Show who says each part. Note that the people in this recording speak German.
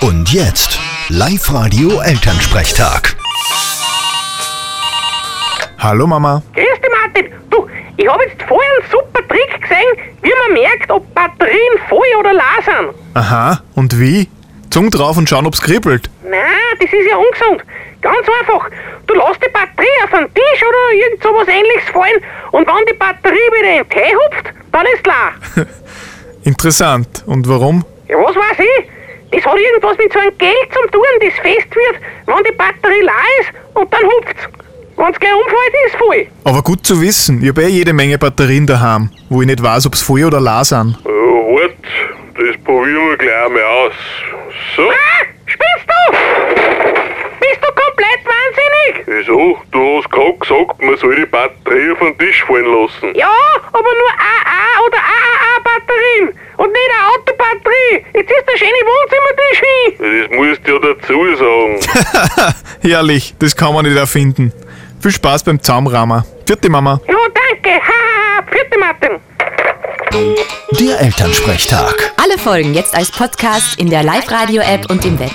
Speaker 1: Und jetzt, Live-Radio Elternsprechtag.
Speaker 2: Hallo Mama.
Speaker 3: Grüß dich, Martin. Du, ich habe jetzt vorher einen super Trick gesehen, wie man merkt, ob Batterien voll oder leer sind.
Speaker 2: Aha, und wie? Zung drauf und schauen, ob's kribbelt.
Speaker 3: Nein, das ist ja ungesund. Ganz einfach. Du lässt die Batterie auf den Tisch oder irgend sowas ähnliches fallen und wenn die Batterie wieder in den Tee hupft, dann ist leer.
Speaker 2: Interessant. Und warum?
Speaker 3: Ja, was weiß ich? Das hat irgendwas mit so einem Geld zum tun, das fest wird, wenn die Batterie leer ist und dann hupft's. Wenn's gleich umfällt, ist voll.
Speaker 2: Aber gut zu wissen, ich habe eh jede Menge Batterien daheim, wo ich nicht weiß, ob's voll oder leer sind.
Speaker 4: Äh, wart, das probieren wir gleich einmal aus. So,
Speaker 3: Ah, spinnst du? Bist du komplett wahnsinnig?
Speaker 4: wieso? also, Du hast gerade gesagt, man soll die Batterie auf den Tisch fallen lassen.
Speaker 3: Ja, aber nur AA oder AAA-Batterien und nicht eine Autobatterie. Jetzt ist der schöne Wohnzimmertisch hin.
Speaker 4: Das musst du ja dazu sagen.
Speaker 2: Herrlich, das kann man nicht erfinden. Viel Spaß beim Zaumrahmen. Vierte Mama.
Speaker 3: Ja, danke. Haha, vierte Martin.
Speaker 1: Der Elternsprechtag.
Speaker 5: Alle Folgen jetzt als Podcast in der Live-Radio-App und im Web.